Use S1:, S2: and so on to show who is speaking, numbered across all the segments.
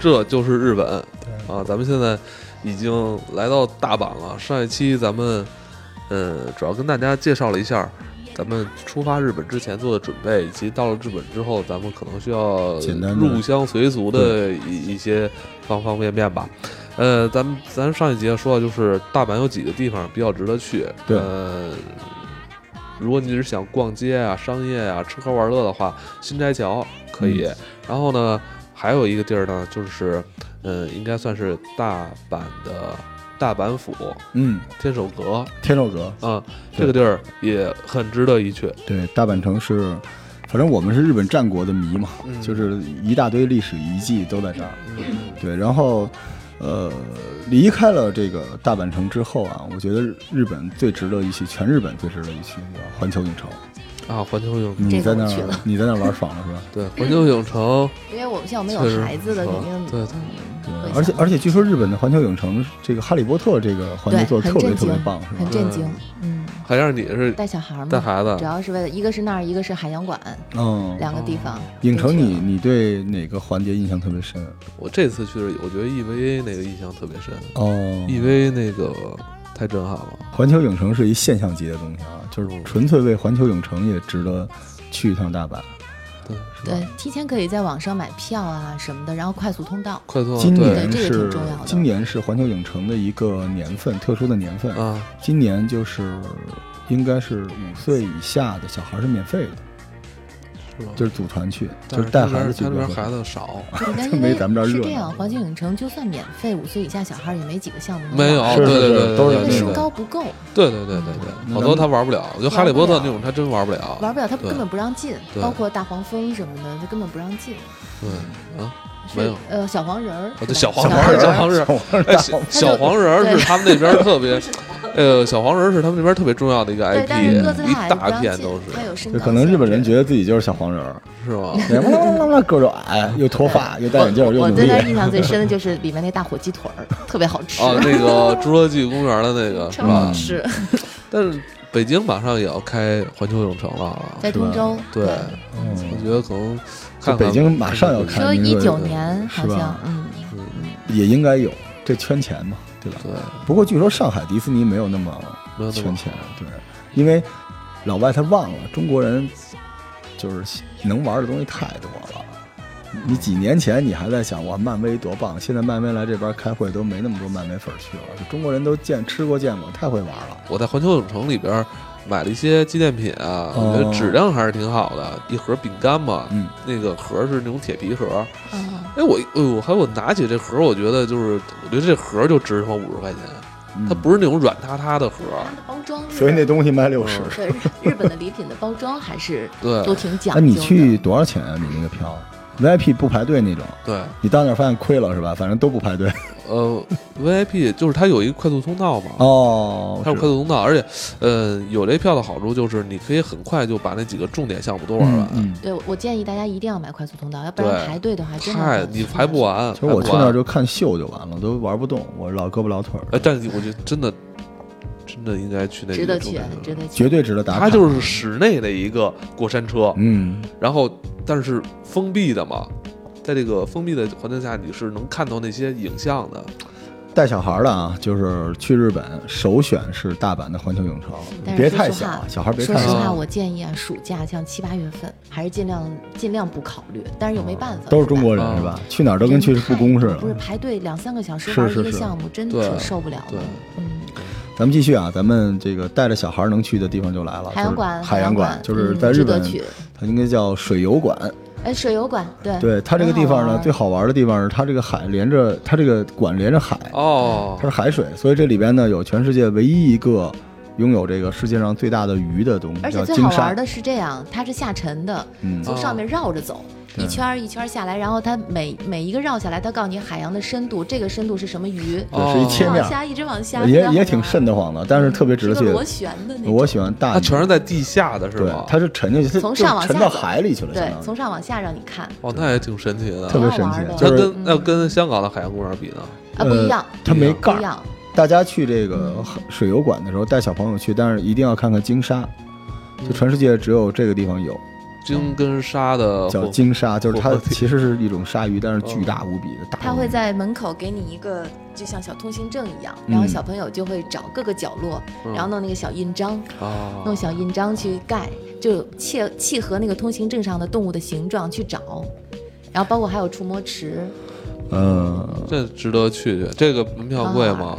S1: 这就是日本
S2: 对，
S1: 啊！咱们现在已经来到大阪了。上一期咱们，呃，主要跟大家介绍了一下咱们出发日本之前做的准备，以及到了日本之后，咱们可能需要
S2: 简单的
S1: 入乡随俗的一一些方方面面吧。呃，咱们咱上一节说到，就是大阪有几个地方比较值得去。
S2: 对
S1: 呃，如果你是想逛街啊、商业啊、吃喝玩乐的话，新斋桥可以。然后呢，还有一个地儿呢，就是嗯，应该算是大阪的大阪府
S2: 嗯，
S1: 天守阁
S2: 天守阁，
S1: 啊，
S2: 对
S1: 这个地儿也很值得一去。
S2: 对，大阪城是，反正我们是日本战国的迷嘛，
S1: 嗯
S2: 就是一大堆历史遗迹都在这儿。
S1: 嗯
S2: 对，然后，呃，离开了这个大阪城之后啊，我觉得日日本最值得一去，全日本最值得一去的环球影城。嗯
S1: 啊，环球影城，
S2: 你在那
S3: 这个我去了
S2: 儿，你在那儿玩爽了是吧？
S1: 对，环球影城
S3: 因为我们像我们
S1: 确实
S3: 有孩子的，
S1: 不
S3: 肯
S1: 错
S3: 定
S1: 对对
S2: 对
S3: 会，
S2: 而且
S3: 想
S2: 而且据说日本的环球影城，这个《哈利波特》这个环节做的
S3: 对
S2: 特别
S3: 很震
S2: 特别
S3: 惊
S2: 棒，是吧
S3: 很？震惊。嗯，
S1: 还让你是
S3: 带小孩儿
S1: 带
S3: 嘛，
S1: 孩子哦
S3: 主，要是为了一个是那儿，一个是海洋馆，
S2: 嗯，
S3: 两个地方。
S2: 影城
S3: 都去
S2: 你
S3: 了
S2: 你对哪个环节印象特别深？
S1: 我这次去的，我觉得 EVA 那个印象特别深
S2: 哦，
S1: ，EVA 那个太震撼了。
S2: 环球影城是一现象级的东西啊，就是纯粹为环球影城也值得去一趟大阪。
S1: 对，
S2: 是吧
S3: 对，提前可以在网上买票啊什么的，然后快速 通道。
S1: 快速
S2: 今
S1: 对
S2: 年
S3: 这个挺
S2: 是
S3: 重要的
S2: 今年是环球影城的一个年份，特殊的年
S3: 嗯
S2: 份。
S1: 啊，
S2: 今年就是应该是五岁以下的小孩是免费的，
S1: 是吧
S2: 就是组团去，就
S1: 但
S2: 是带
S1: 他那
S2: 孩
S1: 边
S2: 子去
S1: 他
S2: 比
S1: 那
S2: 较
S1: 边
S2: 合适。
S1: 孩子 少，
S3: 应该
S2: 就没咱们这儿
S3: 是
S2: 热
S3: 这
S2: 闹
S3: 样，环球影城就算免费，五岁以下小孩儿也没几个项目能
S1: 没有，
S3: 玩
S2: 是
S1: 对
S2: 是
S1: 对对，对
S2: 都是
S3: 因
S1: 对哦
S3: 为
S2: 那
S3: 身
S2: 个
S3: 高不够，
S1: 对对对对对，好多他玩不了。我觉得哈利波特那种他真玩不了。
S3: 玩不了，他根
S1: 对
S3: 本不让进，
S1: 对
S3: 包括大黄蜂什么的，他根本不让进。
S1: 对啊，
S3: 是
S1: 没有哦
S3: 呃，小黄人儿
S1: 对
S3: 是
S1: 小
S3: 吧，
S1: 黄
S3: 人
S1: 人儿小黄人
S2: 人
S1: 儿
S2: 儿
S1: 哎，
S2: 大
S1: 小小黄人儿是他们那边特别，呃，小黄人儿是他们那边特别重要的一个
S3: 对，但是各自
S1: IP，
S3: 的
S1: 一
S3: 孩子不
S1: 大
S3: 让
S1: 片
S3: 进
S1: 都
S3: 他
S1: 是，
S3: 有身
S2: 就
S3: 高
S2: 可能日本人
S3: 得
S2: 觉得自己就是小黄人 儿，
S1: 是吗？
S2: 对哇啦啦啦个儿矮，又头发，又戴眼镜，又
S3: 我
S2: 努
S3: 对
S2: 力
S3: 他。印象最深的就是里面那大火鸡腿儿，特别好吃，
S1: 啊，那个侏罗纪公园的那个是
S3: 超好
S1: 吧？
S3: 吃。
S1: 但是北京马上也要开环球影城了啊，
S3: 在通州，
S1: 对，我
S2: 嗯
S1: 觉得可能
S2: 就
S1: 看看
S2: 北京马上要
S1: 看
S2: 开，
S3: 说
S2: 你
S3: 一九
S2: 说
S3: 年
S2: 是
S3: 好
S2: 吧
S3: 像，嗯，
S2: 也应该有，这圈钱嘛，对吧？
S1: 对，
S2: 不过据说上海迪士尼没有那么
S1: 没有那
S2: 圈
S1: 么
S2: 钱，对，因为老外他忘了中国人就是能玩的东西太多了。你几年前你还在想哇漫威多棒，现在漫威来这边开会都没那么多漫威粉儿去了，就中国人都见吃过见过，太会玩了。
S1: 我在环球影城里边买了一些纪念品啊，我觉得质量还是挺好的，一盒饼干嘛，
S2: 哦嗯，
S1: 那个盒儿是那种铁皮盒儿。
S3: 啊
S1: 哎，我哎呦，还有我拿起这盒儿，我觉得就是，我觉得这盒儿就值他妈五十块钱，它
S2: 嗯
S1: 不是那种软塌塌的盒儿。
S3: 它的包装，
S2: 所以那东西卖六十。
S3: 对日本的礼品的包装还是都
S1: 对
S3: 挺讲
S2: 那
S3: 究的。
S2: 你去多少钱啊？你那个票？VIP 不排队那种，
S1: 对，
S2: 你到那儿发现亏了是吧？反正都不排队。
S1: 呃，VIP 就是它有一个快速通道嘛，
S2: 哦，
S1: 它有
S2: 是
S1: 快速通道，而且，呃，有这票的好处就是你可以很快就把那几个重点项目都玩完。
S2: 嗯嗯
S3: 对，我建议大家一定要买快速通道，要不然
S1: 对
S3: 排队的哎话，真的
S1: 太
S3: 很
S1: 你排不。完，
S2: 其实我
S1: 排
S2: 去
S1: 不
S2: 那
S1: 完
S2: 儿就看秀就完了，都玩不动，我老胳膊老腿儿
S1: 哎，
S2: 的，
S1: 但是我觉得真的，真的应该去那个
S3: 值得
S1: 重
S3: 去
S1: 点项，目
S3: 值得去。
S2: 绝对值得打卡。
S1: 它就是室内的一个过山车，
S2: 嗯，
S1: 然后但是封闭的嘛，在这个封闭的环境下，你是能看到那些影像的。
S2: 带小孩儿的啊，就是去日本首选是大阪的环球影城，
S3: 但是
S2: 别
S3: 说
S2: 太
S3: 实
S2: 小
S3: 话，
S2: 小孩儿别
S3: 嗯说
S2: 太
S3: 实
S1: 看
S3: 话，
S1: 了
S2: 小，
S3: 我建议啊，暑假像七八月份，还是尽量尽量不考虑，但是又没办法，
S2: 哦都是中国
S3: 人，
S2: 人
S1: 嗯
S2: 是吧？去哪儿都跟去故宫似
S3: 不是
S2: 的。
S3: 排队两三个小时
S2: 是
S3: 玩一
S2: 是
S3: 个
S2: 是
S3: 项目，真
S1: 对
S3: 挺受不了的
S1: 对。
S3: 嗯，
S2: 咱们继续啊，咱们这个带着小孩儿能去的地方就来了，
S3: 海
S2: 就
S3: 洋
S2: 是
S3: 馆，
S2: 海洋馆就是
S3: 嗯
S2: 在日
S3: 值得
S2: 本，
S3: 去。
S2: 它应该叫水游馆。
S3: 哎，水游馆，对
S2: 对它这个
S3: 很好
S2: 地方呢，
S3: 玩
S2: 最好玩的地方是它这个海连着，它这个馆连着海，
S1: 哦
S2: 它，是海水，所以这里边呢有全世界唯一一个拥有这个世界上最大的鱼的东西，
S3: 而且
S2: 叫
S3: 最
S2: 鲸
S3: 好
S2: 鲨
S3: 玩。的是这样，它是下沉的，
S2: 嗯
S3: 从上面绕着走，一圈儿一圈儿下来，然后它每每一个绕下来，它告诉你海洋的深度，这个深度是什么鱼，
S2: 对，是一切
S1: 天
S2: 面
S3: 往
S2: 儿，
S3: 下一直往下，特别
S2: 也
S3: 好
S2: 也
S3: 玩
S2: 挺瘆，得慌的，但是特别值得
S3: 是个
S2: 去。
S3: 螺旋的那种，
S2: 我喜欢
S1: 它
S2: 大鱼，
S1: 啊全是在地下的是
S2: 对
S1: 吗，？
S2: 它是沉下去，它
S3: 从
S2: 就
S3: 上往
S2: 沉
S3: 下
S2: 到
S3: 走
S2: 海里去了，
S3: 对
S2: 相，当
S3: 从
S2: 于
S3: 上往下让你看，
S1: 哦，那也挺神奇的。
S2: 特别
S3: 挺好玩
S2: 神奇
S3: 的
S1: 它
S2: 就是
S1: 跟要跟香港的海洋公园比呢？
S3: 啊，不一样，
S2: 呃它没盖
S3: 不
S2: 儿。
S3: 一样，
S2: 大家去这个水游
S1: 嗯
S2: 馆的时候，带小朋友去，但是一定要看看鲸鲨，就全世界只有这个地方有。
S1: 鲸跟鲨的
S2: 叫
S1: 混
S2: 鲸鲨，就是它
S1: 火锅底
S2: 其实是一种鲨鱼，但是
S1: 嗯
S2: 巨大无比的大。
S3: 他会在门口给你一个就像小通行证一样，然后
S2: 嗯
S3: 小朋友就会找各个角落，
S1: 嗯
S3: 然后弄那个小印章，
S2: 哦
S1: 啊，
S3: 弄小印章去盖，就切契合那个通行证上的动物的形状去找，然后包括还有触摸池，
S2: 嗯
S1: 这值得去去。这个门票贵吗？
S3: 啊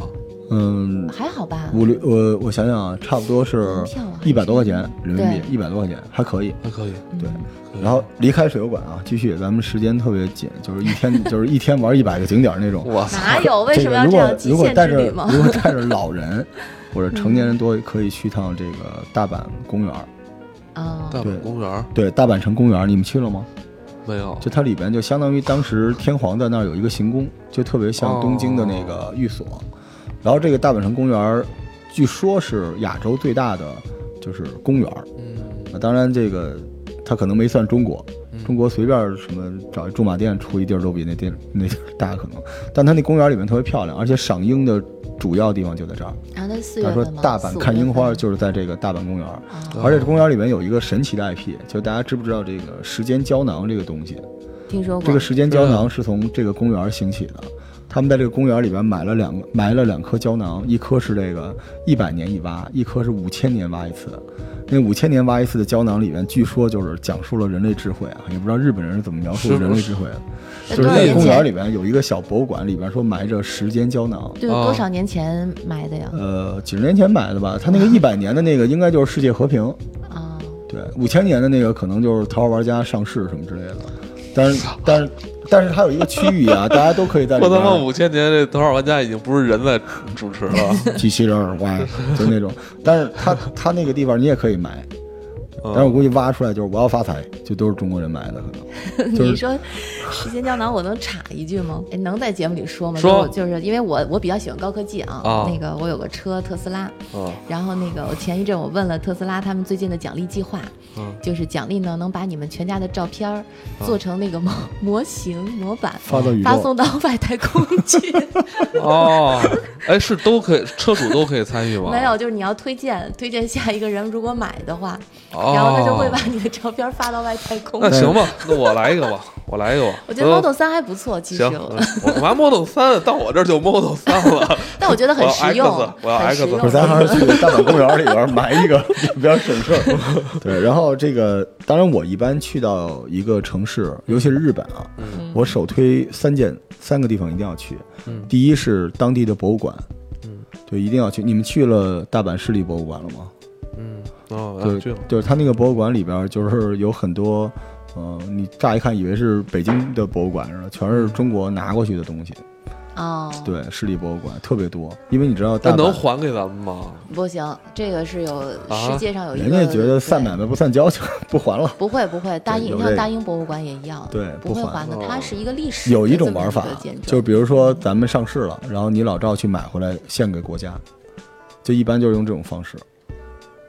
S2: 嗯，
S3: 还好吧？
S2: 五六我我想想啊，差不多是
S3: 门票啊
S2: 一百多块钱人民币，一百多块钱还可以。
S1: 还可以。
S3: 嗯
S2: 对， 然后离开水游馆啊，继续，咱们时间特别紧，就是一天 就是一天玩一百个景点那种。
S1: 哇塞，
S3: 哪有？为什么要
S2: 这个
S3: 这样
S2: 如
S3: 极
S2: 果如果
S3: 限
S2: 带
S3: 之旅
S2: 着
S3: 吗？
S2: 如果带着老 人或者成年人多，可以去趟这个大阪公园儿。
S3: 啊，
S1: 大阪公园儿
S2: 对，大阪城公园儿，你们去了吗？
S1: 没有？
S2: 就它里边就相当于当时天皇在那儿有一个行宫，就特别像东京的那
S3: 哦
S2: 个寓所。然后这个大阪城公园儿，据说是亚洲最大的就是公园儿。
S1: 嗯
S2: 啊当然这个它可能没算中国，中国随便什么找一驻马店出一地儿都比那地儿那地儿大可能。但它那公园里面特别漂亮，而且赏樱的主要地方就在这儿。
S3: 然后他四
S2: 他
S3: 月
S2: 说
S3: 份吗？
S2: 大阪
S3: 四五
S2: 看
S3: 月
S2: 樱花
S3: 份
S2: 就是在这个大阪公园儿。
S3: 啊，
S2: 而且这公园里面有一个神奇的 IP，就大家知不知道这个时间胶囊这个东西？
S3: 听说
S2: 这
S3: 过
S2: 个。时间胶
S1: 嗯
S2: 囊是从这个公园兴起的。他们在这个公园里边买了两个，埋了两颗胶囊，一颗是这个一百年一挖，一颗是五千年挖一次。那五千年挖一次的胶囊里面，据说就是讲述了人类智慧啊，也不知道日本人是怎么描述
S1: 是
S2: 人类智慧的。
S3: 那
S2: 就是
S3: 多少
S2: 在
S3: 年
S2: 公园
S3: 前？
S2: 里边有一个小博物馆，里边说埋着时间胶囊。
S3: 对，
S1: 啊
S3: 多少年前买的呀？
S2: 呃，几十年前买的吧，他那个一百年的那个应该就是世界和平，
S3: 啊，
S2: 对，五千年的那个可能就是《桃花玩家》上市什么之类的，但是但是但是它有一个区域啊，大家都可以在里
S1: 我他
S2: 边
S1: 妈
S2: 儿
S1: 五千年这多少玩家已经不是人在主持 了，
S2: 机器人儿哇，就那种。但是它它那个地方你也可以买，但是我
S1: 嗯，
S2: 估计挖出来就是我要发财，就都是中国人买的可
S3: 嗯
S2: 能。 就是
S3: 你说时间胶囊，我能插一句吗？哎，能在节目里说吗？
S1: 说
S3: 就就是因为我我比较喜欢高科技啊。
S1: 啊
S3: 那个我有个车特斯拉，
S1: 嗯
S3: 然后那个我前一阵我问了特斯拉他们最近的奖励计划，
S1: 嗯
S3: 就是奖励呢能把你们全家的照片儿做成那个模模型模板。
S2: 发到宇
S3: 发
S2: 宙，
S3: 送到外太空 去，
S1: 哦，哎，是都可以，车主都可以参与吗？
S3: 没有，就是你要推荐推荐下一个人，如果买的话，
S1: 哦，
S3: 然后他就会把你的照片发到外太空
S1: 那。行吧，那我来一个吧，我来一个吧。嗯
S3: 我觉得 Model 三还不错，其实
S1: 行，，嗯我干嘛 Model 三？到我这儿就 Model 三了。
S3: 但我觉得很实用
S1: 我要 X，，我要
S3: 很
S1: X
S3: 实
S2: 不
S3: 用
S2: 是，咱还是去大阪公园里边买 一个，里边省事儿。对，然后这个，当然我一般去到一个城市，尤其是日本啊，我首推三件三个地方一定要去。
S1: 嗯
S2: 第一是当地的博物馆，
S1: 嗯
S2: 对，一定要去。你们去了大阪市立博物馆了吗？
S1: 嗯，哦，
S2: 对，
S1: 这样
S2: 就是它那个博物馆里边儿就是有很多，呃，你乍一看以为是北京的博物馆似的，全是中国拿过去的东西。
S1: 嗯
S3: 哦，
S2: 对，市立博物馆特别多，因为你知道大
S1: 那能还
S2: 阪，
S1: 给咱们吗？
S3: 不行，这个是有
S1: 啊
S3: 世界上有一个，
S2: 人家觉得散
S3: 对
S2: 买卖不散交就 不还了。
S3: 不会不会，大英
S2: 有
S3: 你
S2: 这
S3: 看
S2: 个
S3: 大英博物馆也一样，
S2: 对
S3: 不会
S2: 不还
S3: 还的
S1: 哦，
S3: 它是一个历史
S2: 有一
S3: 的
S2: 种
S3: 这么
S2: 玩法
S3: 个见，
S2: 就
S3: 证
S2: 比如说咱们上市了，然后你老赵去买回来献给国家，就一般就是用这种方式，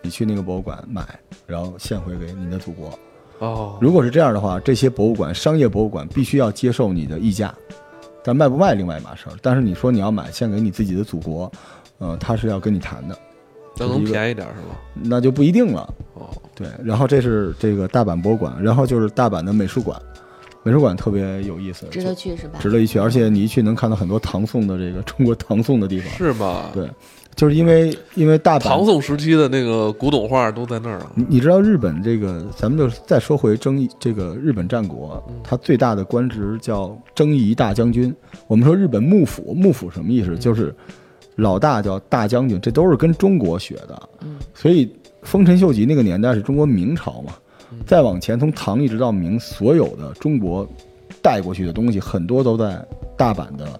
S2: 你去那个博物馆买，然后献回给你的祖国。
S1: 哦，
S2: 如果是这样的话，这些博物馆、商业博物馆必须要接受你的溢价，但卖不卖另外一码事儿。但是你说你要买献给你自己的祖国，呃，他是要跟你谈的，
S1: 那能便宜点是吧？
S2: 那就不一定了。
S1: 哦，
S2: 对，然后这是这个大阪博物馆，然后就是大阪的美术馆，美术馆特别有意思，
S3: 值得去是吧？
S2: 值得一去，而且你一去能看到很多唐宋的这个中国唐宋的地方。
S1: 是吗？
S2: 对，就是因为因为大
S1: 唐
S2: 阪，
S1: 宋时期的那个古董画都在那儿啊。
S2: 你你知道日本这个，咱们就再说回征夷这个日本战国，它最大的官职叫征夷大将军。我们说日本幕府，幕府什么意思？就是老大叫大将军，这都是跟中国学的。
S3: 嗯
S2: 所以丰臣秀吉那个年代是中国明朝嘛
S1: 嗯，
S2: 再往前从唐一直到明，所有的中国带过去的东西很多都在大阪的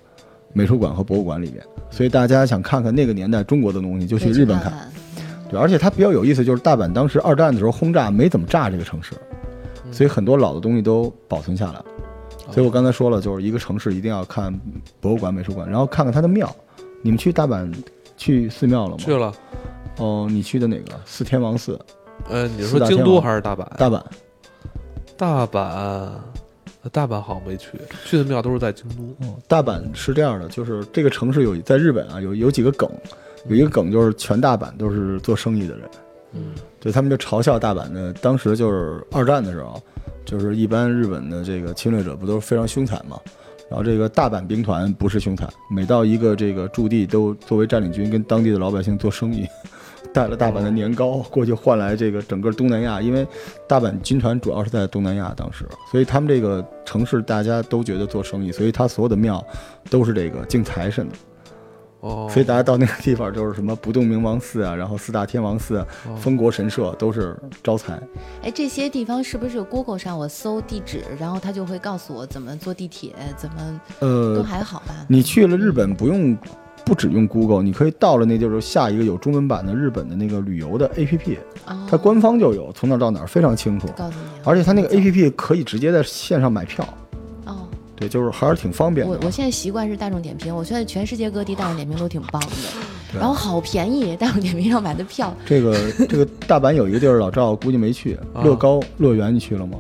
S2: 美术馆和博物馆里面。所以大家想看看那个年代中国的东西，就
S3: 可
S2: 去
S3: 以
S2: 日本
S3: 看
S2: 看。
S3: 看，
S2: 对，而且它比较有意思，就是大阪当时二战的时候轰炸没怎么炸这个城市，
S1: 嗯
S2: 所以很多老的东西都保存下来了。所以
S1: 哦啊
S2: 我刚才说了，就是一个城市一定要看博物馆、美术馆，然后看看它的庙。你们去大阪去寺庙了吗？
S1: 去。了，
S2: 哦，你去的哪个？四天王寺，
S1: 呃，你
S2: 四
S1: 说
S2: 大
S1: 京
S2: 天
S1: 都
S2: 王
S1: 还是大阪？啊
S2: 大阪。
S1: 大阪，大阪好像没去，去的庙都是在京都。
S2: 哦，大阪是这样的，就是这个城市有在日本啊，有有几个梗，有一个梗就是全大阪都是做生意的人，
S1: 嗯，
S2: 对他们就嘲笑大阪的，当时就是二战的时候，就是一般日本的这个侵略者不都是非常凶残嘛。然后这个大阪兵团不是凶残，每到一个这个驻地都作为占领军跟当地的老百姓做生意， 带了大阪的年糕过去换来这个整个东南亚，因为大阪军团主要是在东南亚当时，所以他们这个城市大家都觉得做生意，所以他所有的庙都是这个敬财神的。
S1: 哦，
S2: 所以大家到那个地方就是什么不动明王寺啊，然后四大天王寺啊、
S1: 哦
S2: 封国神社都是招财。
S3: 哎，这些地方是不是有 Google 上我搜地址，然后他就会告诉我怎么坐地铁，怎么都
S2: 呃，
S3: 还好吧？
S2: 你去了日本不用，不只用 Google，你可以到了那地儿就下一个有中文版的日本的那个旅游的 APP，
S3: 哦
S2: 它官方就有，从哪儿到哪儿非常清楚。
S3: 告诉你，啊
S2: 而且它那个 APP 可以直接在线上买票，
S3: 哦，
S2: 对，就是还是挺方便
S3: 我
S2: 的。
S3: 我现在习惯是大众点评，我现在全世界各地大众点评都挺棒的，然后好便宜，大众点评上买的票，
S2: 这个 这个大阪有一个地儿，老赵估计没去，
S1: 啊
S2: 乐高乐园你去了吗？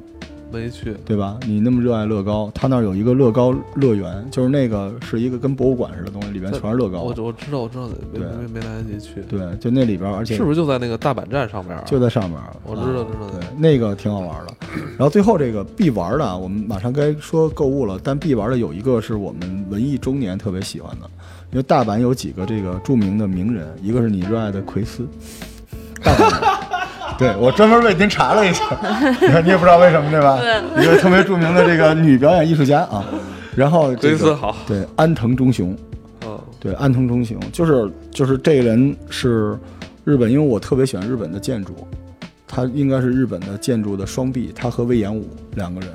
S1: 没去
S2: 对吧？你那么热爱乐高，他那儿有一个乐高乐园，就是那个是一个跟博物馆似的东西，里面全是乐高
S1: 我。我知道我知道，没
S2: 对
S1: 没没来得及去，
S2: 对，就那里边，而且
S1: 是不是就在那个大阪站上面啊？
S2: 就在上面。
S1: 我知道
S2: 啊
S1: 知道
S2: 对，那个挺好玩的。然后最后这个必玩的啊，我们马上该说购物了，但必玩的有一个是我们文艺中年特别喜欢的，因为大阪有几个这个著名的名人，一个是你热爱的奎斯，大阪人。 对，我专门为您查了一下， 你看你也不知道为什么对吧？一个特别著名的这个女表演艺术家啊，然后这
S1: 这
S2: 个
S1: 次好，
S2: 对安藤忠雄，
S1: 嗯
S2: 对，安藤忠雄就是就是这个人是日本，因为我特别喜欢日本的建筑，他应该是日本的建筑的双臂，他和魏延武两个人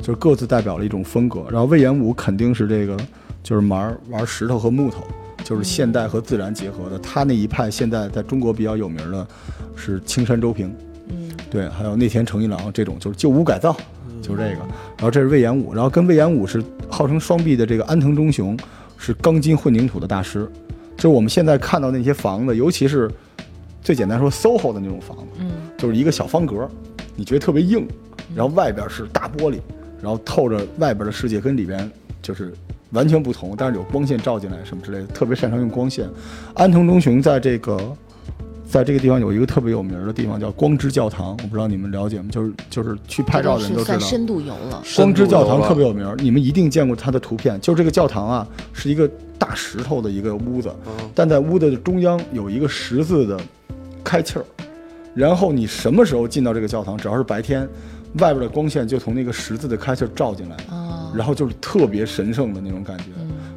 S2: 就是各自代表了一种风格。然后魏延武肯定是这个就是玩玩石头和木头，就是现代和自然结合的。他那一派现在在中国比较有名的是青山周平，
S3: 嗯，
S2: 对，还有内田诚一郎这种，就是旧屋改造，就是这个。然后这是魏延武，然后跟魏延武是号称双臂的这个安藤忠雄，是钢筋混凝土的大师。就是我们现在看到那些房子，尤其是最简单说 SOHO 的那种房子，
S3: 嗯，
S2: 就是一个小方格，你觉得特别硬，然后外边是大玻璃，然后透着外边的世界跟里边就是完全不同，但是有光线照进来什么之类的，特别擅长用光线。安藤忠雄在这个在这个地方有一个特别有名的地方叫光之教堂，我不知道你们了解吗？就是就是去拍照的人
S3: 这
S2: 都知
S3: 个是
S2: 道
S3: 算。深度游了，
S2: 光之教
S1: 深入
S2: 堂
S1: 了
S2: 特别有名，你们一定见过它的图片。就是这个教堂啊，是一个大石头的一个屋子，
S1: 嗯
S2: 但在屋子的中央有一个十字的开气儿，然后你什么时候进到这个教堂，只要是白天，外边的光线就从那个十字的开气儿照进来，
S3: 啊，
S1: 嗯
S3: 嗯
S2: 然后就是特别神圣的那种感觉。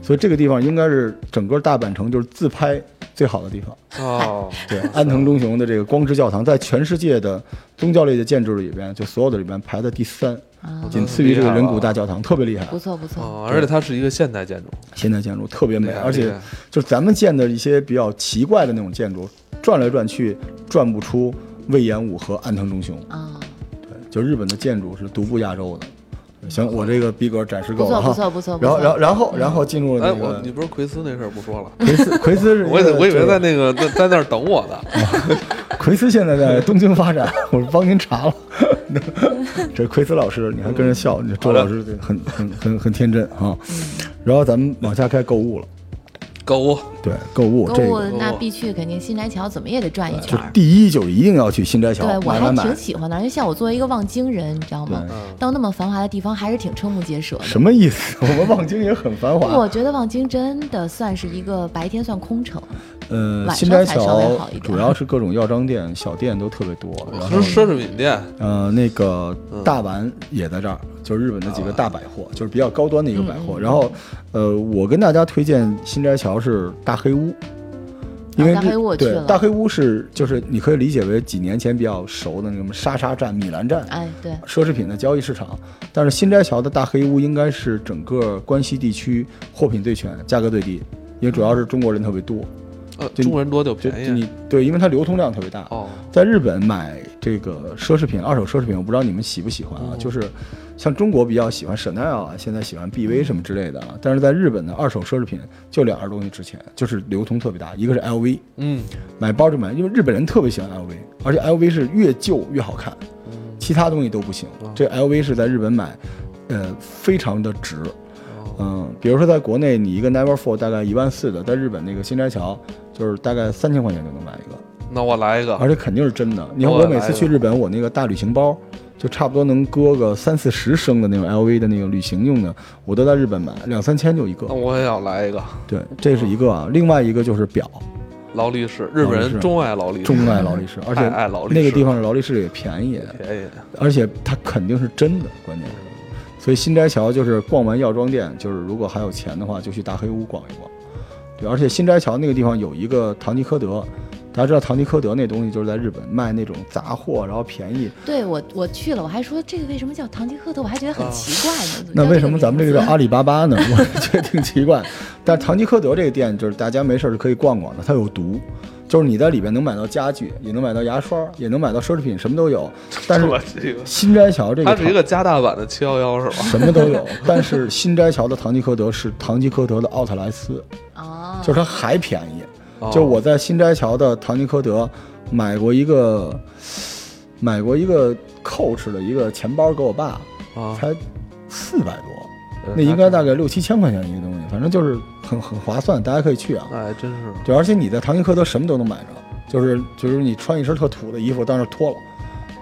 S2: 所以这个地方应该是整个大阪城就是自拍最好的地方。
S1: 哦，
S2: 对，
S3: 啊
S2: 安藤忠雄的这个光之教堂，在全世界的宗教类的建筑里边，就所有的里边排在第三，
S3: 啊，
S2: 仅次于这个人骨大教堂，特别厉害。
S3: 不错不 错，
S1: 哦，而且它是一个现代建筑，
S2: 现代建筑特别美，
S1: 厉害
S2: 而
S1: 厉
S2: 且
S1: 害
S2: 就是咱们建的一些比较奇怪的那种建筑，转来转去转不出魏延武和安藤忠雄。
S3: 啊，
S2: 对，就日本的建筑是独步亚洲的。行，我这个逼格展示够了
S3: 不错
S2: 哈。
S3: 不错不错
S2: 然后，然后，然后，然后进入
S1: 哎，
S2: 了那
S1: 我
S2: 个
S1: 你不是奎斯那事儿不 说了，
S2: 奎斯，奎斯是一个
S1: 我以为我以
S2: 这
S1: 为
S2: 个
S1: 在那个在在那儿等我呢。
S2: 嗯 奎斯现在在东京发展，我帮您查了。 这奎斯老师，你还跟人笑，你周老师这很很很很天真啊。然后咱们往下该购物了，
S1: 购物，
S2: 对，购物
S3: 购
S2: 这
S3: 物
S2: 个
S1: 哦
S3: 那必去，肯定新宅桥怎么也得转一
S2: 就
S3: 圈儿。
S2: 第一就是一定要去新斋桥
S3: 对，我
S2: 买买
S3: 还
S2: 买
S3: 挺，喜欢的，因为像我作为一个望京人，你知道吗
S2: 对？
S1: 嗯，
S3: 到那么繁华的地方，还是挺瞠目结舌的。
S2: 什么意思？ 我们望京也很繁华
S3: 我，觉得望京真的算是一个白天算空城，
S2: 呃，
S3: 晚
S2: 新
S3: 上
S2: 斋
S3: 才稍微
S2: 桥
S3: 好一点
S2: 主要是各种药妆店、小店都特别多，然后
S1: 是奢侈品店，
S2: 呃，那个大丸也在这儿，就是日本的几个大百货，就是比较高端的一个百
S3: 嗯
S2: 货。然后，呃，我跟大家推荐新斋桥是大黑屋，因为
S3: 啊大黑屋我去
S2: 对
S3: 了
S2: 大黑屋是就是你可以理解为几年前比较熟的那种莎莎站、米兰站。
S3: 哎，对，
S2: 奢侈品的交易市场，但是新斋桥的大黑屋应该是整个关西地区货品最全、价格最低，因为主要是中国人特别多，
S1: 呃，
S2: 就
S1: 中国人多就
S2: 就
S1: 便
S2: 就
S1: 宜。啊
S2: 你对，因为它流通量特别大。
S1: 哦，
S2: 在日本买这个奢侈品、二手奢侈品，我不知道你们喜不喜欢啊，
S1: 嗯
S2: 就是像中国比较喜欢 Chanel 啊，现在喜欢 BV 什么之类的啊，但是在日本的二手奢侈品就两样东西值钱，就是流通特别大，一个是 LV，
S1: 嗯，
S2: 买包就买，因为日本人特别喜欢 LV，而且 LV 是越旧越好看，
S1: 嗯
S2: 其他东西都不行
S1: 哦。
S2: 这 LV 是在日本买，呃，非常的值。
S1: 哦
S2: 嗯，比如说在国内你一个 Never f o r 大概一万四的，在日本那个新斋桥就是大概三千块钱就能买一个，
S1: 那我来一个，
S2: 而且肯定是真的。你看
S1: 我
S2: 我每次
S1: 来
S2: 去
S1: 了
S2: 日本，我那个大旅行包就差不多能搁个三四十升的那种 LV 的那个旅行用的，我都在日本买，两三千就一个
S1: 那。我也要来一个
S2: 对，这是一个啊。另外一个就是表，
S1: 哦劳力士。日本
S2: 劳力士
S1: 人钟爱劳力士，
S2: 钟爱劳力士，而且
S1: 太爱劳力士
S2: 那个地方劳力士也便宜，
S1: 便宜。
S2: 而且它肯定是真的，关键是。所以新斋桥就是逛完药妆店，就是如果还有钱的话，就去大黑屋逛一逛。对，而且新斋桥那个地方有一个唐吉诃德，大家知道唐吉诃德那东西就是在日本卖那种杂货，然后便宜。
S3: 对我我去了，我还说这个为什么叫唐吉诃德，我还觉得
S1: 哦
S3: 很奇怪呢。
S2: 那
S3: 怎么叫
S2: 为什么咱们这个
S3: 名
S2: 叫阿里巴巴呢？我也觉得挺奇怪。但是唐吉诃德这个店，就是大家没事儿就可以逛逛的，它有毒，就是你在里边能买到家具，也能买到牙刷，也能买到奢侈品，什么都有。 但是
S1: 我这个，
S2: 新斋桥这个
S1: 它
S2: 唐，
S1: 是一个加大版的七幺幺是吧？
S2: 什么都有。但是新斋桥的唐吉诃德是唐吉诃德的奥特莱斯，
S3: 字啊？
S2: 就是它还便宜。
S1: 哦
S2: 就我在新斋桥的唐吉诃德买过一个，买过一个 Coach 的一个钱包给我爸，
S1: 啊，
S2: 才四百多。
S1: 嗯
S2: 那应该大概六七千块钱一个东西，反正就是很很划算，大家可以去啊。
S1: 那还真是
S2: 对，而且你在唐吉诃德什么都能买着，就是就是你穿一身特土的衣服，但是脱了，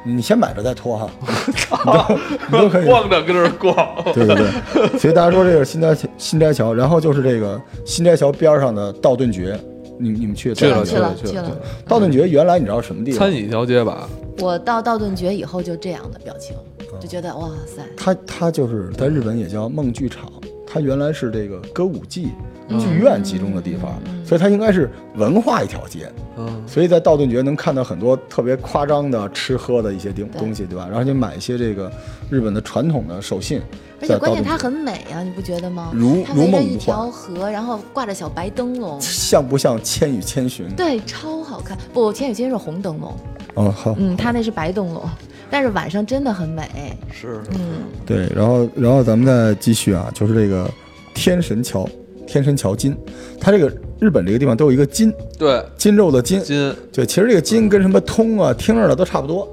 S2: 你你先买着再脱哈，你都你 都可以。哎
S1: 逛着跟这儿 逛。
S2: 对对对， 所以大家说这个新斋桥新斋桥，然后就是这个新斋桥边上的道顿崛，你你们去
S1: 去了
S2: 道顿
S3: 去
S2: 崛
S3: 了
S1: 去了
S3: 去
S1: 去
S3: 了
S1: 了，
S2: 道顿崛原来你知道什么地方
S1: 餐
S2: 吗？
S1: 饮小姐吧，
S3: 我到道顿崛以后就这样的表情，
S2: 嗯
S3: 就觉得哇塞，
S2: 它它就是在日本也叫梦剧场，它原来是这个歌舞伎
S3: 嗯
S2: 剧院集中的地方，所以它应该是文化一条街。
S1: 嗯，
S2: 所以在道顿崛能看到很多特别夸张的吃喝的一些东
S3: 对
S2: 东西，对吧？然后你买一些这个日本的传统的手信，在
S3: 而且
S2: 道
S3: 关
S2: 顿
S3: 键
S2: 崛
S3: 它很美啊，你不觉得吗？
S2: 如
S3: 它
S2: 如
S3: 围着
S2: 梦
S3: 一
S2: 如，
S3: 条河，然后挂着小白灯笼
S2: 像不像《千与千寻》？
S3: 对，超好看。不，前几天是红灯笼，
S2: 哦，好，
S3: 嗯，它那是白灯笼，但是晚上真的很美。
S1: 是
S3: 嗯，
S2: 对，然后然后咱们再继续啊，就是这个天神桥，天神桥金，它这个日本这个地方都有一个金，
S1: 对
S2: 金肉的金，
S1: 金
S2: 对，其实这个金跟什么通啊、听着的都差不多。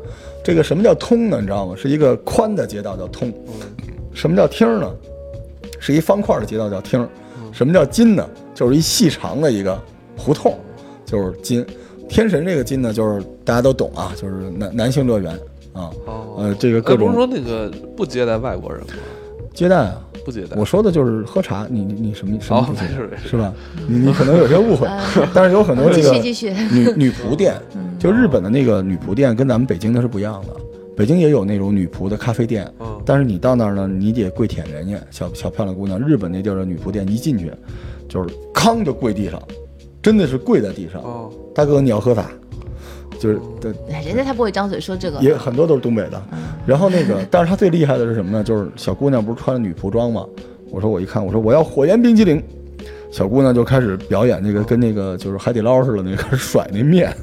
S2: 这个什么叫通呢？你知道吗？是一个宽的街道叫通。
S1: 嗯
S2: 什么叫厅呢？是一方块的街道叫厅。
S1: 嗯
S2: 什么叫金呢？就是一细长的一个胡同，就是金。天神这个金呢，就是大家都懂啊，就是男男性乐园啊，
S1: 哦，
S2: 呃，这个
S1: 哎
S2: 各
S1: 不是
S2: 种
S1: 说那个不接待外国人吗？
S2: 接待啊。
S1: 不接待
S2: 我。说的就是喝茶，你你你什么什么
S1: 哦
S2: 不行、
S1: 没事没事
S2: 是吧？你你可能有些误会， 但是有很多这
S3: 继
S2: 个
S3: 嗯续继续，嗯
S2: 女女仆店，就日本的那个女仆店跟咱们北京的是不一样的。北京也有那种女仆的咖啡店，
S1: 嗯
S2: 但是你到那儿呢，你得跪舔人家小小漂亮姑娘。日本那地儿的女仆店一进去，就是康就跪地上，真的是跪在地上。
S1: 哦，
S2: 大哥，你要喝啥？就是对，
S3: 哎人家才不会张嘴说这个。
S2: 也很多都是东北的。
S3: 嗯
S2: 然后那 个，但是他最厉害的是什么呢？就是小姑娘不是穿着女仆装吗？我说我一看，我说我要火焰冰激凌。小姑娘就开始表演那
S3: 嗯
S2: 个跟那个就是海底捞似的那个开始甩那 面，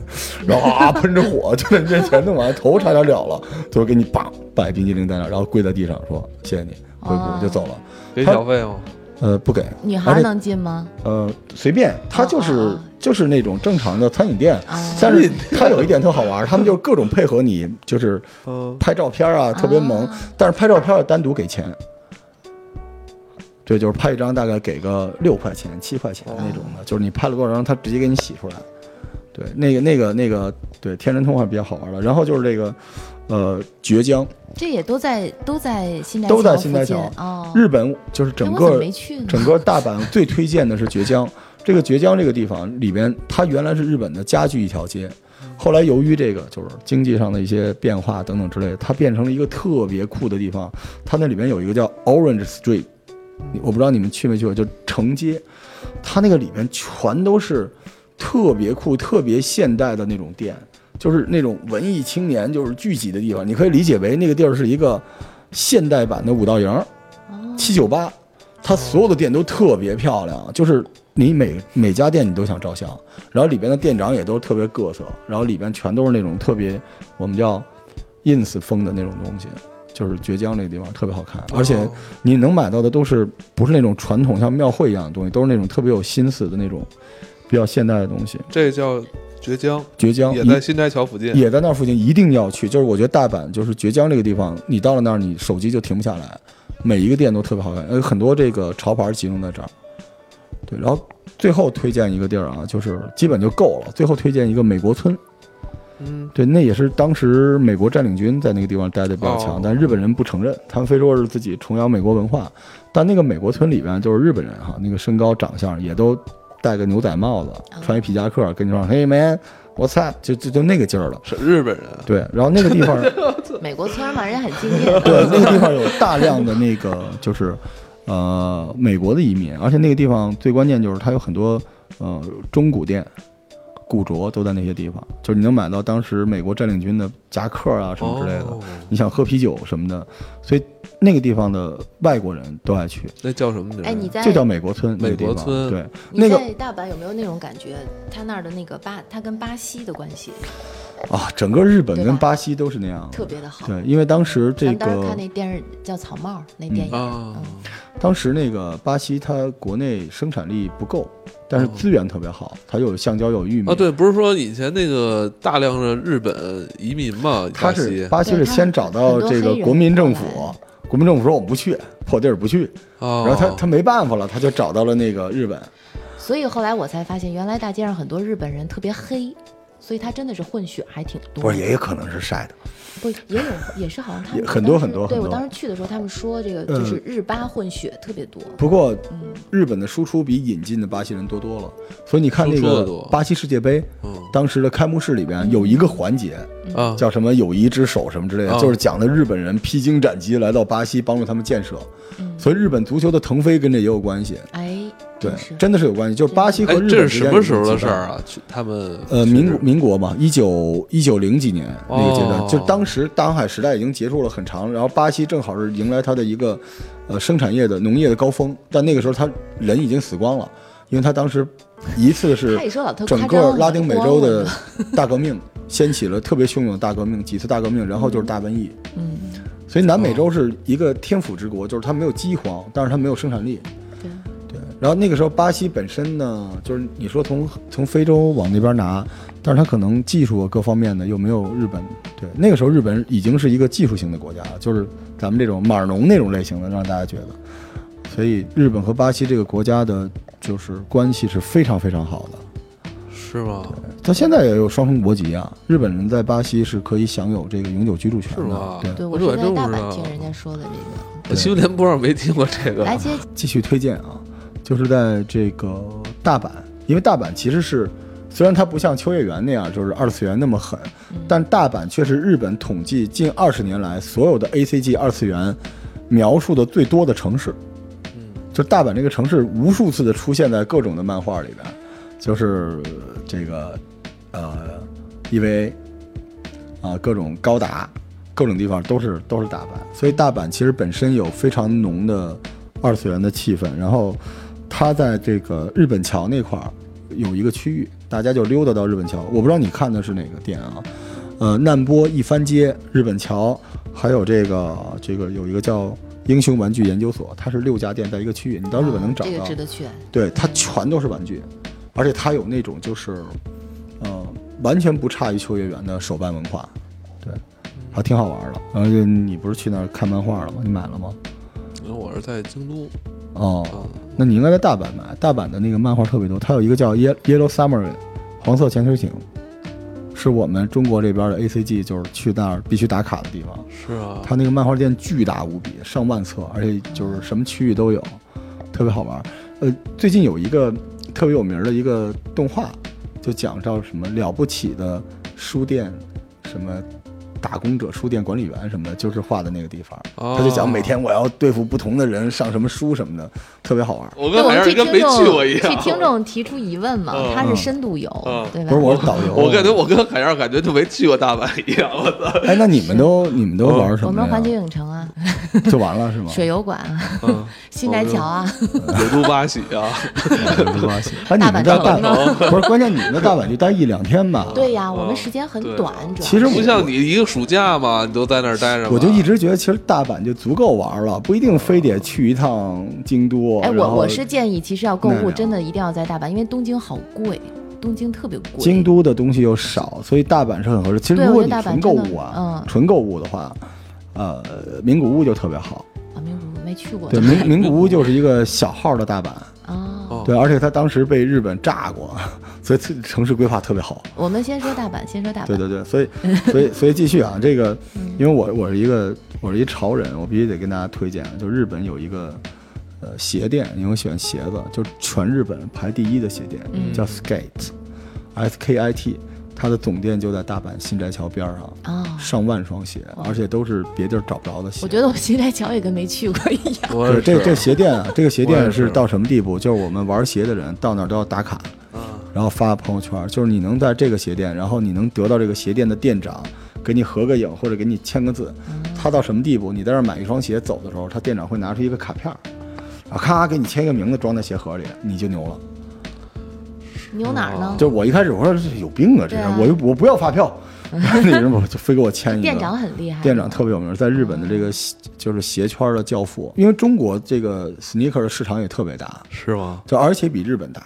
S2: 然后啊喷着火就在你面前弄完头差点了了，就给你棒摆冰激凌在那儿，然后跪在地上说谢谢你，回
S3: 哦
S2: 不就走了。
S1: 给小费吗？
S2: 呃，不给
S3: 女
S2: 而
S3: 孩
S2: 且
S3: 能进吗？
S2: 呃，随便，它就是、
S3: 哦哦哦
S2: 就是那种正常的餐饮店，
S3: 哦
S2: 但是它有一点特好 玩儿，他们就是各种配合你，就是
S1: 嗯，
S2: 拍照片
S3: 哦
S2: 啊，特别萌，但是拍照片要单独给钱，对，就是拍一张大概给个六块钱、七块钱那种
S3: 哦
S2: 的，就是你拍了多少张，他直接给你洗出来。对，那个、那个、那个，对，天人通话比较好玩了。然后就是这个，呃，绝江，
S3: 这也都在都在新斋
S2: 都在
S3: 桥
S2: 新
S3: 附
S2: 斋
S3: 近
S2: 桥
S3: 哦。
S2: 日本就是
S3: 哎
S2: 整
S3: 我怎么
S2: 个
S3: 没去呢？
S2: 整个大阪最推荐的是绝 江。这个绝江这个地方里边，它原来是日本的家具一条街，后来由于这个就是经济上的一些变化等等之类的，它变成了一个特别酷的地方。它那里边有一个叫 Orange Street，你我不知道你们去没去过，就城街，它那个里面全都是特别酷、特别现代的那种店，就是那种文艺青年就是聚集的地方。你可以理解为那个地儿是一个现代版的五道营儿。
S3: 哦
S2: 七九八，它所有的店都特别漂亮，就是你每每家店你都想照相，然后里边的店长也都特别各色，然后里边全都是那种特别我们叫 ins 风的那种东西，就是绝江那个地方特别好看，而
S1: 哦
S2: 且你能买到的都是不是那种传统像庙会一样的东西，都是那种特别有心思的那种比较现代的东西。
S1: 这叫绝江，
S2: 绝江
S1: 也
S2: 一
S1: 在新斋桥附近。
S2: 也在那附近，一定要去。就是我觉得大阪就是绝江这个地方，你到了那儿，你手机就停不下来，每一个店都特别好看，呃，很多这个潮牌集中在这儿。对，然后最后推荐一个地儿啊，就是基本就够了。最后推荐一个美国村，
S1: 嗯，
S2: 对，那也是当时美国占领军在那个地方待的比较强，
S1: 哦
S2: 但日本人不承认，他们非说是自己崇洋美国文化。但那个美国村里边就是日本人哈，那个身高长相也都戴个牛仔帽子，穿一皮夹克，跟你说 Hey man，what's up？就就就那个劲儿了。
S1: 是日本人，
S2: 对，然后那个地方，
S3: 美国村儿嘛，人家很敬业 的。
S2: 对，那个地方有大量的那个就是呃美国的移民，而且那个地方最关键就是它有很多呃中古店、古着都在那些地方，就是你能买到当时美国占领军的夹克啊什么之类的。
S1: 哦
S2: 你想喝啤酒什么的，所以那个地方的外国人都爱去，
S1: 那叫什么名儿？
S3: 哎，你在
S2: 就叫美国村。
S1: 美国
S2: 那个地方
S1: 村
S2: 对，
S3: 你
S2: 那个
S3: 在大阪有没有那种感觉？他那儿的那个巴，他跟巴西的关系
S2: 啊，整个日本
S3: 对
S2: 跟
S3: 吧
S2: 巴西都是那样的。
S3: 特别的好。
S2: 对，因为当时这
S3: 咱当时
S2: 个
S3: 看那电视叫《草帽》那电影，嗯
S1: 啊，
S2: 当时那个巴西，它国内生产力不够，但是资源特别好，它又有橡胶，有玉米。
S1: 啊，，对，不是说以前那个大量的日本移民嘛，
S2: 它
S1: 巴
S2: 是
S1: 西
S2: 巴西是
S3: 对它
S2: 先找到
S3: 很多
S2: 这个
S3: 黑人
S2: 国民政
S3: 过
S2: 府
S3: 来，
S2: 国民政府说我们不去，破地儿不去，
S1: 哦
S2: 然后他他没办法了，他就找到了那个日本。
S3: 所以后来我才发现，原来大街上很多日本人特别黑，所以他真的是混血还挺多。
S2: 不是，也有可能是晒的。
S3: 不也有也是好像他们
S2: 也很多
S3: 当时
S2: 很多
S3: 对
S2: 很
S3: 我
S2: 多
S3: 当时去的时候，他们说这个
S2: 嗯
S3: 就是日巴混血特别多。
S2: 不过
S3: 嗯，
S2: 日本的输出比引进的巴西人多多了，所以你看那
S1: 输出的
S2: 个
S1: 多
S2: 巴西世界杯，
S1: 嗯
S2: 当时的开幕式里边有一个环节
S1: 啊，
S2: 叫什么“友谊之手”什么之类的，
S1: 啊
S2: 就是讲的日本人披荆斩棘来到巴西，帮助他们建设。
S3: 嗯
S2: 所以日本足球的腾飞跟这也有关系，
S3: 哎，
S2: 对
S3: 真是，
S2: 真的是有关系。就是巴西和
S1: 哎
S2: 日，本
S1: 这是
S2: 之
S1: 什
S2: 间
S1: 么
S2: 有
S1: 时候
S2: 这
S1: 的
S2: 种
S1: 事
S2: 羁绊
S1: 儿？啊？去他们
S2: 呃，民民国嘛，一九一九零几年那个阶段，
S1: 哦
S2: 就当时大航海时代已经结束了很长，然后巴西正好是迎来它的一个呃生产业的农业的高峰，但那个时候他人已经死光了，因为他当时一次是
S3: 他一说老特
S2: 整
S3: 夸张
S2: 个
S3: 了
S2: 拉丁美
S3: 光
S2: 洲
S3: 了
S2: 的大革命掀起了特别汹涌的大革命，几次大革命，然后就是大瘟疫，
S3: 嗯，
S2: 所以南美洲是一个天府之国，就是它没有饥荒，但是它没有生产力，
S3: 对，
S2: 对，然后那个时候巴西本身呢，就是你说从从非洲往那边拿，但是它可能技术啊各方面的又没有日本。对，那个时候日本已经是一个技术型的国家了，就是咱们这种马尔农那种类型的，让大家觉得。所以日本和巴西这个国家的，就是关系是非常非常好的。
S1: 是吗？
S2: 他现在也有双重国籍啊，日本人在巴西是可以享有这个永久居住权
S1: 是
S2: 的
S1: 吗。
S2: 对，
S3: 对
S1: 我
S3: 我
S1: 这啊还
S3: 是在
S1: 真不
S3: 大
S1: 知
S3: 阪
S1: 道
S3: 听人家说的 这
S1: 我新闻联播上没听过这
S3: 个。
S1: 个
S2: 啊
S3: 来接
S2: 继续推荐啊，就是在这个大阪，因为大阪其实是虽然它不像秋叶原那样就是二次元那么狠，但大阪却是日本统计近二十年来所有的 A C G 二次元描述的最多的城市。
S1: 嗯
S2: 就大阪这个城市无数次的出现在各种的漫画里边，就是这个呃，因为啊、各种高达，各种地方都是都是大阪，所以大阪其实本身有非常浓的二次元的气氛。然后它在这个日本桥那块儿有一个区域，大家就溜达到日本桥。我不知道你看的是哪个店啊？呃，难波一番街、日本桥，还有这个这个有一个叫英雄玩具研究所，它是六家店在一个区域，你到日本能找到。
S3: 啊这个值得去，
S2: 对，它全都是玩具，而且它有那种就是，呃，完全不差于秋叶原的手办文化，对，还挺好玩的。然后就你不是去那儿看漫画了吗？你买了吗？
S1: 因为我是在京都
S2: 哦，
S1: 啊，
S2: 那你应该在大阪买，大阪的那个漫画特别多，它有一个叫 Ye- Yellow Submarine，黄色潜水艇，是我们中国这边的 ACG，就是去那儿必须打卡的地方。
S1: 是啊，
S2: 它那个漫画店巨大无比，上万册，而且就是什么区域都有，特别好玩儿。呃，最近有一个特别有名儿的一个动画，就讲叫什么了不起的书店，什么打工者书店管理员什么的，就是画的那个地方。
S1: 哦
S2: 他就讲每天我要对付不同的人，上什么书什么的，特别好玩儿。
S1: 我
S3: 对，
S1: 跟
S3: 我
S1: 海
S3: 们
S1: 燕
S3: 替
S1: 跟
S3: 听
S1: 没去过
S3: 众
S1: 一样。
S3: 替听众提出疑问嘛
S1: 嗯，
S3: 他是深度游
S1: 嗯，
S3: 对吧？
S2: 不是我是导游，
S1: 我感觉我跟海燕感觉就没去过大阪一样，我操！
S2: 哎，那你们都你们都玩儿什么呀？嗯
S3: 我们环球影城啊，
S2: 就完了是吗？
S3: 水游馆啊，
S1: 嗯，
S3: 新宅桥啊，
S1: 有都巴喜 啊，
S2: 没关系。 哎，你们在大
S3: 大阪
S2: 阪不是关键，你们在大阪就待一两天吧？
S3: 对呀，我
S1: 嗯
S3: 们时间很
S1: 对
S3: 短，主要
S2: 其实
S3: 是
S1: 不像你一个暑假嘛，你都在那儿待着嘛。
S2: 我就一直觉得，其实大阪就足够玩了，不一定非得去一趟京都。啊
S3: 哎，
S2: 然
S3: 我
S2: 后
S3: 我是建议，其实要购
S2: 奈
S3: 物
S2: 良
S3: 真的一定要在大阪，因为东京好贵，东京特别贵。
S2: 京都的东西又少，所以大阪是很合适。其实
S3: 对
S2: 如果
S3: 我
S2: 你
S3: 觉得大阪
S2: 纯购物啊
S3: 真的，嗯
S2: 纯购物的话，呃，名古屋就特别好。
S3: 啊，名古屋没去过
S2: 对，名名古屋就是一个小号的大阪，
S3: 啊，
S1: 哦，
S2: 对，而且它当时被日本炸过， 所以这城市规划特别好。
S3: 我们先说大阪，先说大阪。
S2: 对对对，所以 所以所以继续啊，这个，因为我我是一个我是一潮人，我必须得跟大家推荐，啊就日本有一个呃鞋店，因为我喜欢鞋子，就全日本排第一的鞋店，叫 Skate，S K I T，它的总店就在大阪新斋桥边儿上，
S3: 哦，
S2: 上万双鞋，而且都是别地儿找不着的鞋。
S3: 我觉得我新来桥也跟没去过一样。
S1: 我
S2: 对，
S1: 也
S2: 这
S1: 是
S2: 这鞋店啊，这个鞋
S1: 我也
S2: 店
S1: 是
S2: 是到什么地步？就是我们玩鞋的人到那儿都要打卡，
S1: 啊，
S2: 然后发朋友圈，就是你能在这个鞋店，然后你能得到这个鞋店的店长给你合个影或者给你签个字。
S1: 嗯
S2: 他到什么地步？你在这儿买一双鞋走的时候，他店长会拿出一个卡片儿，啊，咔给你签个名字，装在鞋盒里，你就牛了。
S1: 哦
S3: 牛哪儿呢？
S2: 哦就我一开始我说这有病啊，这
S3: 对啊
S2: 人我又我不要 发票，那人我就非给我签一个。
S3: 店长很厉害，
S2: 店长特别有名，在日本的这个鞋就是鞋圈的教父，因为中国这个 sneaker 的市场也特别大，
S1: 是吗？
S2: 就而且比日本大。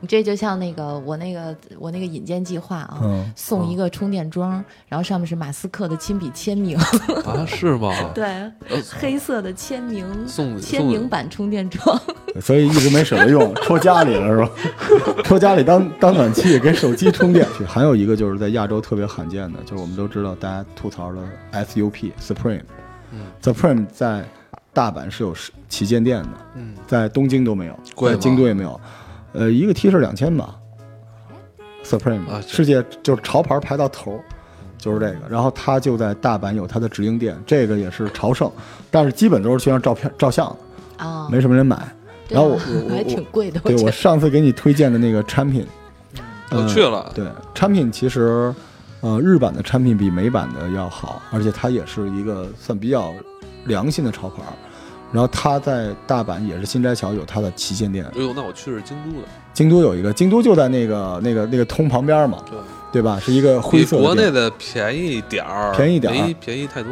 S3: 你这就像那个我那个我那个引荐计划啊，
S2: 嗯
S3: 送一个充电桩，然后上面是马斯克的亲笔签名，
S1: 啊，是吗？
S3: 对，
S2: 呃
S3: 黑色的签名
S1: 送
S3: 签名版充电桩，
S2: 所以一直没舍得用，戳家里了是吧？戳家里当当暖气，给手机充电去。还有一个就是在亚洲特别罕见的，就是我们都知道大家吐槽的 SUP Supreme，Supreme
S1: 嗯
S2: 在大阪是有实旗舰店的，
S1: 嗯，
S2: 在东京都没有，
S1: 贵吗
S2: 在京都也没有。呃，一个 T 恤两千吧，Supreme，、
S1: 啊这
S2: 世界就是潮牌排到头儿，就是这个。然后它就在大阪有它的直营店，这个也是朝圣，但是基本都是去那儿照片照相的，
S3: 啊，
S2: 没什么人买。
S3: 对
S2: 然
S3: 啊
S2: 后我
S3: 吧
S2: 我
S3: 还
S2: 我
S3: 挺贵的，
S2: 对
S3: 觉
S2: 我
S3: 得。
S2: 上次给你推荐的那个产品，
S1: 嗯我
S2: 呃
S1: 去了，
S2: 对产品其实，呃，日版的产品比美版的要好，而且它也是一个算比较良心的潮牌儿。然后它在大阪也是新斋桥有它的旗舰店，
S1: 哎呦，那我去的是京都的，
S2: 京都有一个，京都就在那个那个那个通旁边嘛，
S1: 对，
S2: 对吧？是一个灰
S1: 比
S2: 色
S1: 国
S2: 的
S1: 内
S2: 店。
S1: 的便宜点儿，
S2: 便宜点儿啊
S1: 没便宜太多。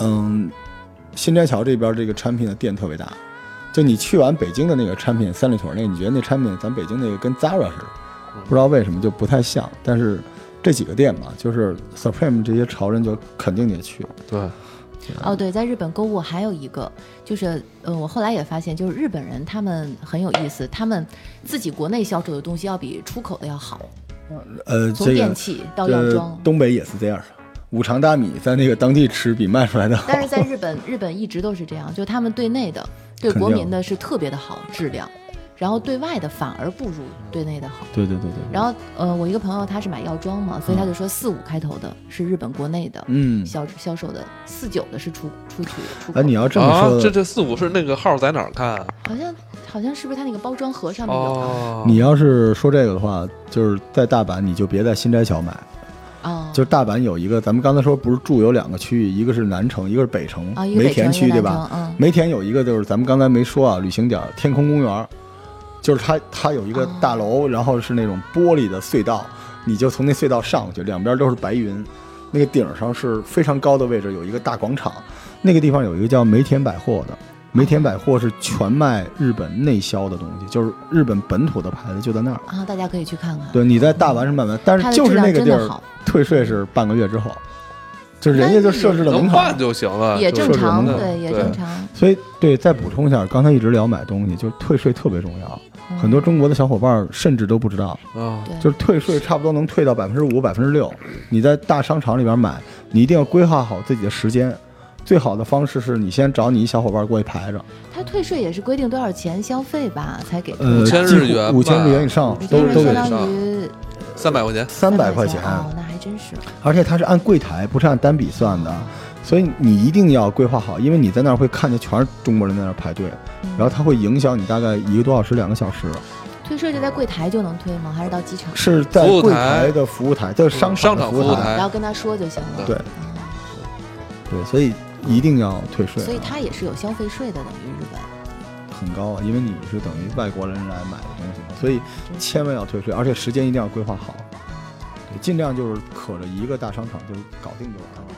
S2: 嗯，新斋桥这边这个产品的店特别大，就你去完北京的那个产品三里屯那个，你觉得那产品咱北京那个跟 Zara 似的，不知道为什么就不太像。但是这几个店吧，就是 Supreme 这些潮人就肯定得去。
S1: 对，
S3: 哦，对，在日本购物还有一个，就是呃，我后来也发现，就是日本人他们很有意思，他们自己国内销售的东西要比出口的要好，
S2: 呃，
S3: 从
S2: 这
S3: 电
S2: 个
S3: 器到药
S2: 呃
S3: 妆，。
S2: 东北也是这样的，五常大米在那个当地吃比卖出来的好。
S3: 但是在日本，日本一直都是这样，就他们对内的对
S2: 肯
S3: 国
S2: 定
S3: 民的是特别的好质量，然后对外的反而不如对内的好。
S2: 对对对对，
S3: 然后呃，我一个朋友他是买药妆嘛，所以他就说四五开头的是日本国内的
S2: 嗯，
S3: 销销售的，四九的是出出去出口
S2: 哎，。你要这么
S1: 啊
S2: 说，，
S1: 这这四五是那个号在哪儿看？啊
S3: 好像好像是不是他那个包装盒上面有啊？
S1: 哦，
S2: 你要是说这个的话，就是在大阪你就别在新斋桥买，
S3: 哦
S2: 就是大阪有一个，咱们刚才说不是住有两个区域，一个是南城，一个是北城，
S3: 啊，一个
S2: 梅
S3: 北城
S2: 田区
S3: 一个
S2: 对
S3: 南
S2: 吧？
S3: 城嗯，
S2: 梅田有一个就是咱们刚才没说啊，旅行点儿天空公园儿，就是它它有一个大楼，然后是那种玻璃的隧道，你就从那隧道上去，两边都是白云，那个顶上是非常高的位置，有一个大广场，那个地方有一个叫梅田百货的。梅田百货是全卖日本内销的东西，就是日本本土的牌子就在那儿。
S3: 啊，大家可以去看看。
S2: 对，你在大阪是买完，但
S3: 它
S2: 是就
S3: 的质
S2: 是
S3: 量
S2: 那个
S3: 真
S2: 地
S3: 的
S2: 儿
S3: 好，
S2: 退税是半个月之后，就是人家就设置了
S1: 能
S2: 门槛
S1: 换。就行
S2: 啊
S1: 了，
S3: 也
S1: 就是
S3: 正常，
S2: 门口
S3: 对，也
S1: 对
S3: 正常。
S2: 所以，对，再补充一下，刚才一直聊买东西，就是退税特别重要。
S3: 嗯
S2: 很多中国的小伙伴儿甚至都不知道，
S1: 啊，
S3: 对
S2: 就是退税差不多能退到百分之五、百分之六。你在大商场里边买，你一定要规划好自己的时间。最好的方式是你先找你一小伙伴儿过去排着，
S3: 他退税也是规定多少钱消费吧才给退
S2: 呃，
S1: 5000
S2: 几乎
S1: 日元
S2: 五千
S1: 吧
S2: 日元以上
S3: 我觉
S2: 都
S3: 得
S2: 都得
S3: 相
S1: 上
S3: 当于
S1: 三百块钱，
S2: 三百块钱，
S3: 哦，那还真是
S2: 而且它是按柜台，不是按单笔算的。所以你一定要规划好，因为你在那儿会看见全是中国人在那儿排队，
S3: 嗯
S2: 然后它会影响你大概一个多小时、两个小时，
S3: 退税就在柜台就能退吗？还是到机场？
S2: 是在
S1: 服务台
S2: 柜台的服务台，就是商
S1: 商
S2: 的
S1: 场
S2: 服
S1: 服务
S2: 台，
S1: 台
S3: 然后跟他说就行了。
S2: 对
S3: 嗯
S2: 对，所以一定要退税啊，
S3: 所以它也是有消费税的，等于日本。
S2: 很高啊，因为你是等于外国人来买的东西嘛，所以千万要退税，而且时间一定要规划好，对，尽量就是可着一个大商场就搞定就完了。